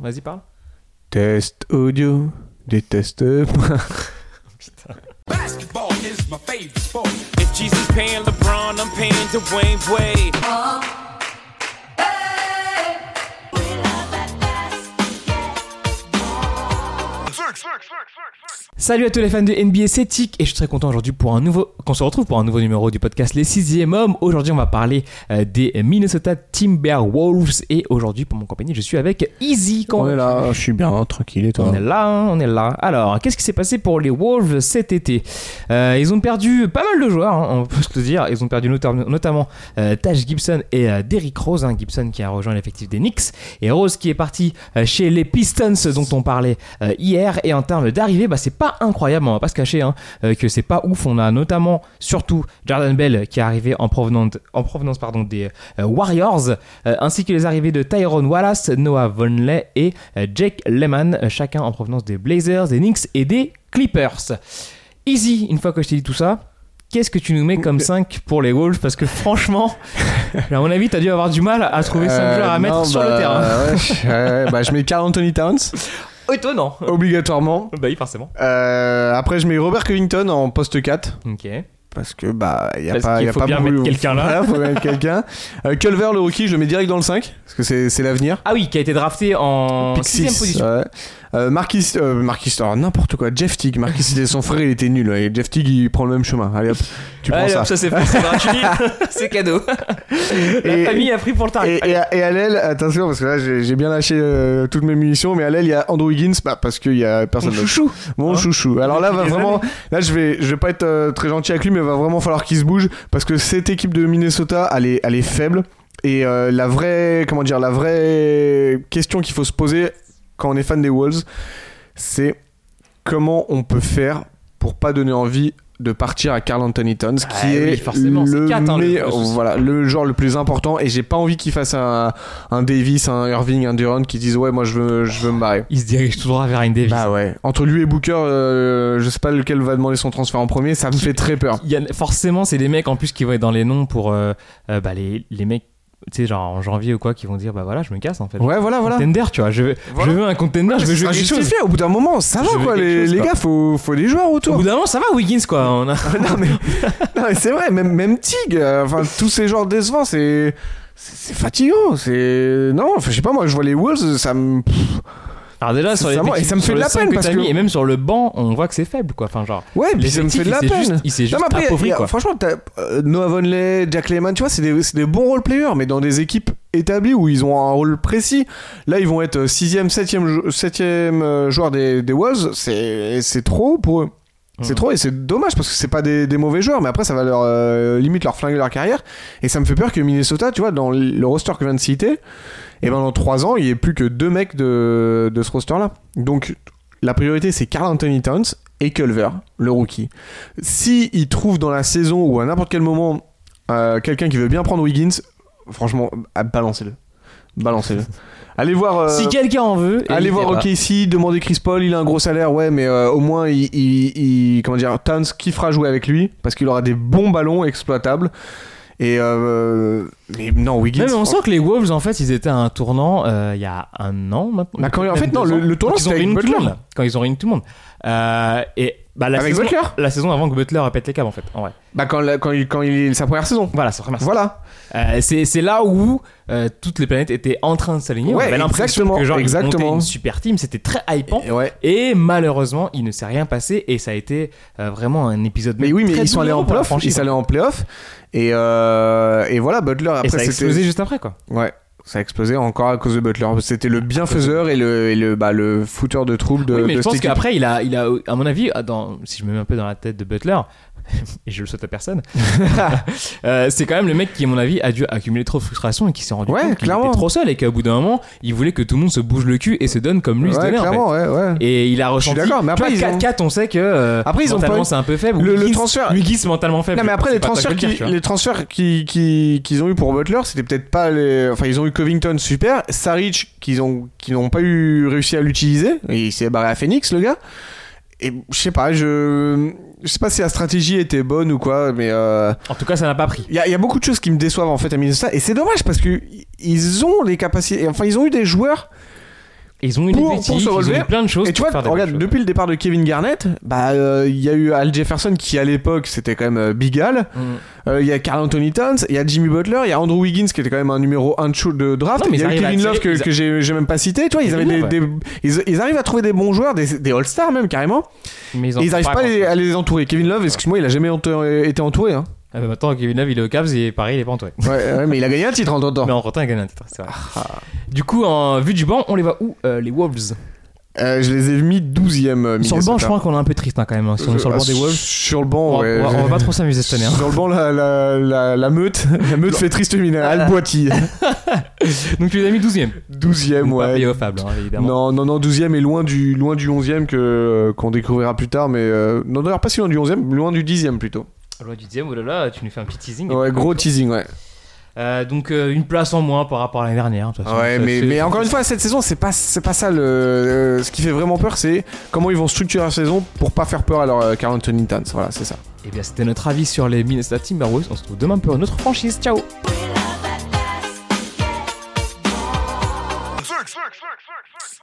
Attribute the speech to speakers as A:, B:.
A: Vas-y, parle.
B: Test audio du test.
C: Basketball is my favorite sport. If Jesus paying LeBron, I'm paying Dwayne Wade.
A: Salut à tous les fans de NBA Celtic et je suis très content aujourd'hui pour un nouveau qu'on se retrouve pour un nouveau numéro du podcast Les Sixième Hommes. Aujourd'hui, on va parler euh, des Minnesota Timberwolves et aujourd'hui pour mon compagnie, je suis avec Easy.
B: On est là, je suis bien tranquille et toi
A: On est là, hein, on est là. Alors, qu'est-ce qui s'est passé pour les Wolves cet été Euh, Ils ont perdu pas mal de joueurs, hein, on peut se le dire. Ils ont perdu notam- notamment euh, Taj Gibson et euh, Derrick Rose. hein, Gibson qui a rejoint l'effectif des Knicks et Rose qui est parti euh, chez les Pistons dont on parlait euh, hier. Et en termes d'arrivée, bah, c'est pas incroyable, on va pas se cacher hein, euh, que c'est pas ouf. On a notamment, surtout, Jordan Bell qui est arrivé en provenance, en provenance pardon, des euh, Warriors, euh, ainsi que les arrivées de Tyrone Wallace, Noah Vonleh et euh, Jake Lehman, euh, chacun en provenance des Blazers, des Knicks et des Clippers. Easy, une fois que je t'ai dit tout ça, qu'est-ce que tu nous mets comme 5 pour les Wolves Parce que franchement, à mon avis, t'as dû avoir du mal à trouver
B: Euh,
A: 5 joueurs à mettre sur le terrain.
B: bah, je mets Carl Anthony Towns, euh,
A: Étonnant
B: obligatoirement.
A: Bah oui, forcément.
B: Euh, après, je mets Robert Covington en poste 4.
A: Ok.
B: Parce que, bah, il n'y a
A: Parce
B: pas.
A: qu'il
B: y a
A: faut
B: pas
A: bien
B: beaucoup-
A: mettre quelqu'un là.
B: Voilà, faut bien mettre quelqu'un. Euh, Culver, le rookie, je le mets direct dans le 5. Parce que c'est c'est l'avenir.
A: Ah oui, qui a été drafté en
B: Pick
A: 6ème
B: six,
A: position.
B: ouais. Euh, Marquis, euh, Marquis, alors n'importe quoi. Jeff Tigg, Marquis, c'était son frère, il était nul. ouais, Et Jeff Tigg, il prend le même chemin. Allez hop, tu prends
A: Ouais,
B: ça.
A: ça c'est fait, c'est gratuit, c'est cadeau. La
B: Et-
A: famille a pris pour le tarif.
B: Et, et, à- et à l'aile, attention, parce que là j'ai j'ai bien lâché euh, toutes mes munitions, mais à l'aile il y a Andrew Higgins, bah, parce qu'il y a personne d'autre.
A: chouchou.
B: Mon
A: Hein
B: chouchou. Alors là, va
A: Depuis des
B: vraiment, là je vais, je vais pas être euh, très gentil avec lui, mais va vraiment falloir qu'il se bouge, parce que cette équipe de Minnesota, elle est, elle est faible. Et euh, la vraie, comment dire, la vraie question qu'il faut se poser quand on est fan des Wolves, c'est comment on peut faire pour pas donner envie de partir à Carl Anthony Towns qui
A: Ah oui,
B: est
A: forcément, c'est
B: le,
A: quatre, hein, le-
B: meilleur-
A: le souci.
B: voilà, le genre le plus important et j'ai pas envie qu'il fasse un, un Davis, un Irving, un Durant qui disent ouais moi je veux je veux me barrer.
A: Il se dirige tout droit vers une Davis.
B: Bah ouais, entre lui et Booker, euh, je sais pas lequel va demander son transfert en premier, ça me fait très peur.
A: Il y a- forcément, c'est des mecs en plus qui vont être dans les noms pour euh, euh, bah, les, les mecs, tu sais, genre en janvier ou quoi, qui vont dire bah voilà, je me casse en fait.
B: Ouais, voilà voilà.
A: Contender, tu vois, je, veux-
B: Voilà.
A: je veux un contender, je veux jouer
B: Ah,
A: quelque chose.
B: justifié, au bout d'un moment, ça va
A: Je veux
B: quoi
A: quelque
B: les,
A: chose,
B: les
A: quoi.
B: gars, faut faut des joueurs
A: Au
B: autour.
A: bout d'un moment, ça va, Wiggins quoi. On a...
B: non mais, non, mais c'est vrai, même, même Tig, euh, enfin tous ces genres décevants, c'est c'est c'est fatigant, c'est non, enfin je sais pas moi, je vois les Wolves, ça me pff,
A: Alors déjà sur les
B: Ça, moi, et ça me
A: sur
B: fait de
A: le
B: la
A: cinq
B: peine,
A: que
B: parce
A: t'as
B: que-
A: mis, et même sur le banc, on voit que c'est faible quoi. Enfin genre,
B: ouais, puis ça me fait de la
A: l'effectif,
B: peine.
A: il s'est juste- il s'est juste
B: Non, mais après,
A: appauvri
B: y a-
A: quoi.
B: franchement, t'as, euh, Noah Vonleh, Jack Lehman, tu vois, c'est des, c'est des bons role players, mais dans des équipes établies où ils ont un rôle précis. Là, ils vont être euh, 6ème, 7ème, 7 euh, joueur des, des Wolves, c'est c'est trop pour eux. C'est
A: Mhm.
B: trop et c'est dommage parce que c'est pas des, des mauvais joueurs, mais après ça va leur euh, limite leur flinguer leur carrière. Et ça me fait peur que Minnesota, tu vois, dans le roster que je viens de citer, et ben dans 3 ans, il y ait plus que deux mecs de, de ce roster là. Donc la priorité c'est Carl Anthony Towns et Culver, le rookie. Si il trouve dans la saison ou à n'importe quel moment euh, quelqu'un qui veut bien prendre Wiggins, franchement, ah, balancez-le. Balancez-le. Allez voir. euh,
A: Si quelqu'un eh ben, en veut,
B: Allez
A: et-
B: voir
A: voilà.
B: OKC, demandez Chris Paul, il a un gros salaire, ouais, mais euh, au moins, il, il- il- comment dire, Towns kiffera jouer avec lui, parce qu'il aura des bons ballons exploitables. Et euh, mais non,
A: Non,
B: Wiggins.
A: mais on
B: franchement-
A: sent que les Wolves, en fait, ils étaient à un tournant euh, il y a un an maintenant.
B: Bah, quand- en
A: Même
B: fait,
A: deux
B: non, le-
A: ans.
B: le tournant,
A: Quand ils ont
B: c'était avec
A: réuni tout le
B: Butler.
A: monde. Quand ils ont réuni tout le monde. Euh, et bah, la,
B: Avec
A: saison,
B: Butler
A: la saison avant que Butler répète les câbles, en fait. En vrai.
B: Bah, quand, la- quand, il, quand il sa première saison.
A: Voilà, Ah, c'est remercié.
B: Voilà.
A: Euh, c'est c'est là où euh, toutes les planètes étaient en train de s'aligner.
B: Ouais,
A: On avait l'impression
B: exactement,
A: que genre, ils
B: exactement.
A: montaient une super team, c'était très hypant.
B: Et ouais.
A: Et malheureusement, il ne s'est rien passé et ça a été euh, vraiment un épisode.
B: Mais oui, mais
A: très
B: ils sont allés
A: douloureux
B: en
A: pour la
B: playoff. Ils
A: franchise.
B: sont allés en playoff. Et, euh, et voilà, Butler après
A: Et ça a
B: c'était-
A: explosé juste après, quoi.
B: Ouais. Ça a explosé encore à cause de Butler. C'était le bienfaiseur et le, et le, bah, le fouteur de troubles de,
A: oui, mais
B: de
A: je pense
B: cette équipe.
A: qu'après, il a, il a, à mon avis, ah, dans, si je me mets un peu dans la tête de Butler, et je le souhaite à personne, euh, c'est quand même le mec qui, à mon avis, a dû accumuler trop de frustration et qui s'est rendu
B: Ouais,
A: compte qu'il
B: clairement.
A: était trop seul et qu'au bout d'un moment, il voulait que tout le monde se bouge le cul et se donne comme lui se
B: Ouais,
A: donnait. en fait.
B: clairement, ouais, ouais.
A: Et il a ressenti.
B: d'accord, mais
A: tu
B: après,
A: vois,
B: ils ont-
A: 4-4, on sait que. euh,
B: Après, ils ont
A: mentalement,
B: pas eu-
A: c'est un peu faible.
B: Le- le
A: Wiggins-
B: transfert-
A: Wiggins, mentalement faible.
B: Non, mais après, les
A: C'est pas toi qui
B: transferts,
A: le
B: qui,
A: dire, tu vois.
B: les transferts qui, qui- qu'ils ont eu pour Butler, c'était peut-être pas les. Enfin, ils ont eu Covington, super. Saric, qu'ils ont, qu'ils n'ont pas eu réussi à l'utiliser. Et Il s'est barré à Phoenix, le gars. Et je sais pas, je. Je sais pas si la stratégie était bonne ou quoi, mais. euh,
A: En tout cas, ça n'a pas pris.
B: Il y, a- il y a beaucoup de choses qui me déçoivent en fait à Minnesota et c'est dommage parce que i- ils ont les capacités, enfin ils ont eu des joueurs
A: Et ils ont une
B: Pour-
A: esthétique,
B: pour se
A: ils ont
B: relever.
A: eu plein de choses.
B: Et tu
A: pour
B: vois,
A: faire des
B: regarde,
A: bonnes choses.
B: depuis le départ de Kevin Garnett, bah euh, il y a eu Al Jefferson qui à l'époque c'était quand même euh, Big Al,
A: Mm.
B: Euh, il y a Carl Anthony Towns, il y a Jimmy Butler, il y a Andrew Wiggins qui était quand même un numéro 1 de shoot de draft,
A: Non, mais
B: il
A: ils
B: y a eu
A: arrivent à
B: Kevin Love
A: attirer-
B: que,
A: ils a-
B: que j'ai- j'ai même pas cité, tu vois, ils, avaient des,
A: Kevin
B: des- ils, ils arrivent à trouver des bons joueurs, des, des All-Stars même carrément,
A: Mais ils en
B: et ils
A: font
B: arrivent pas à les,
A: grand-chose.
B: à les entourer. Kevin Love, excuse-moi, il a jamais ento- été entouré, hein.
A: Ah bah maintenant, Kevin Love, il est au Cavs et pareil, il est pas entouré.
B: ouais, ouais, mais il a gagné un titre en temps.
A: Mais en rentrant, il gagne un titre, c'est vrai. Du coup, en vue du banc, on les voit où euh, Les Wolves.
B: Euh, je les ai mis 12ème. euh,
A: Sur le banc,
B: Minnesota.
A: je crois qu'on est un peu triste hein, quand même. hein, si on est sur le
B: Euh,
A: banc des Wolves.
B: Sur le banc,
A: On va,
B: ouais.
A: on va- on va pas trop s'amuser cette année. hein.
B: Sur le banc, la, la, la, la meute, la meute fait triste mine.
A: Ah
B: Al Boiti,
A: Donc tu les as mis 12 e
B: 12ème,
A: Pas
B: ouais.
A: playoffable, hein, évidemment.
B: Non, non, non, 12ème est loin du, loin du 11ème que, euh, qu'on découvrira plus tard, mais euh, non, d'ailleurs, pas si loin du 11ème, loin du 10ème plutôt.
A: Loi du 10 oh là là, tu nous fais un petit teasing.
B: Ouais, gros teasing, ouais.
A: Euh, donc euh, une place en moins par rapport à l'année dernière. hein, de toute façon.
B: Ouais,
A: Ça,
B: mais,
A: c'est-
B: mais encore une fois, cette saison, c'est pas, c'est pas ça le. euh, ce qui fait vraiment peur, c'est comment ils vont structurer la saison pour pas faire peur à leur euh, Carl Anthony Towns. Voilà, c'est ça.
A: Eh bien, c'était notre avis sur les Minnesota Timberwolves. On se retrouve demain pour une autre franchise. Ciao
D: We